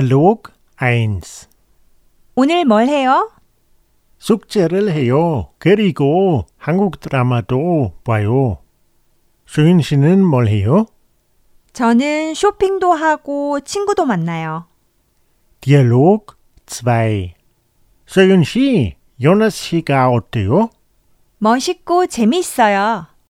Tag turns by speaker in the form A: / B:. A: Dialog 1.
B: 오늘 뭘 해요?
A: 숙제를 해요. 그리고 한국 드라마도 봐요. 수인 씨는 뭘 해요?
B: 저는 쇼핑도 하고 친구도 만나요.
A: Dialog 2. 수인 씨, 요나 씨가 어때요?
B: 멋있고 재미있어요.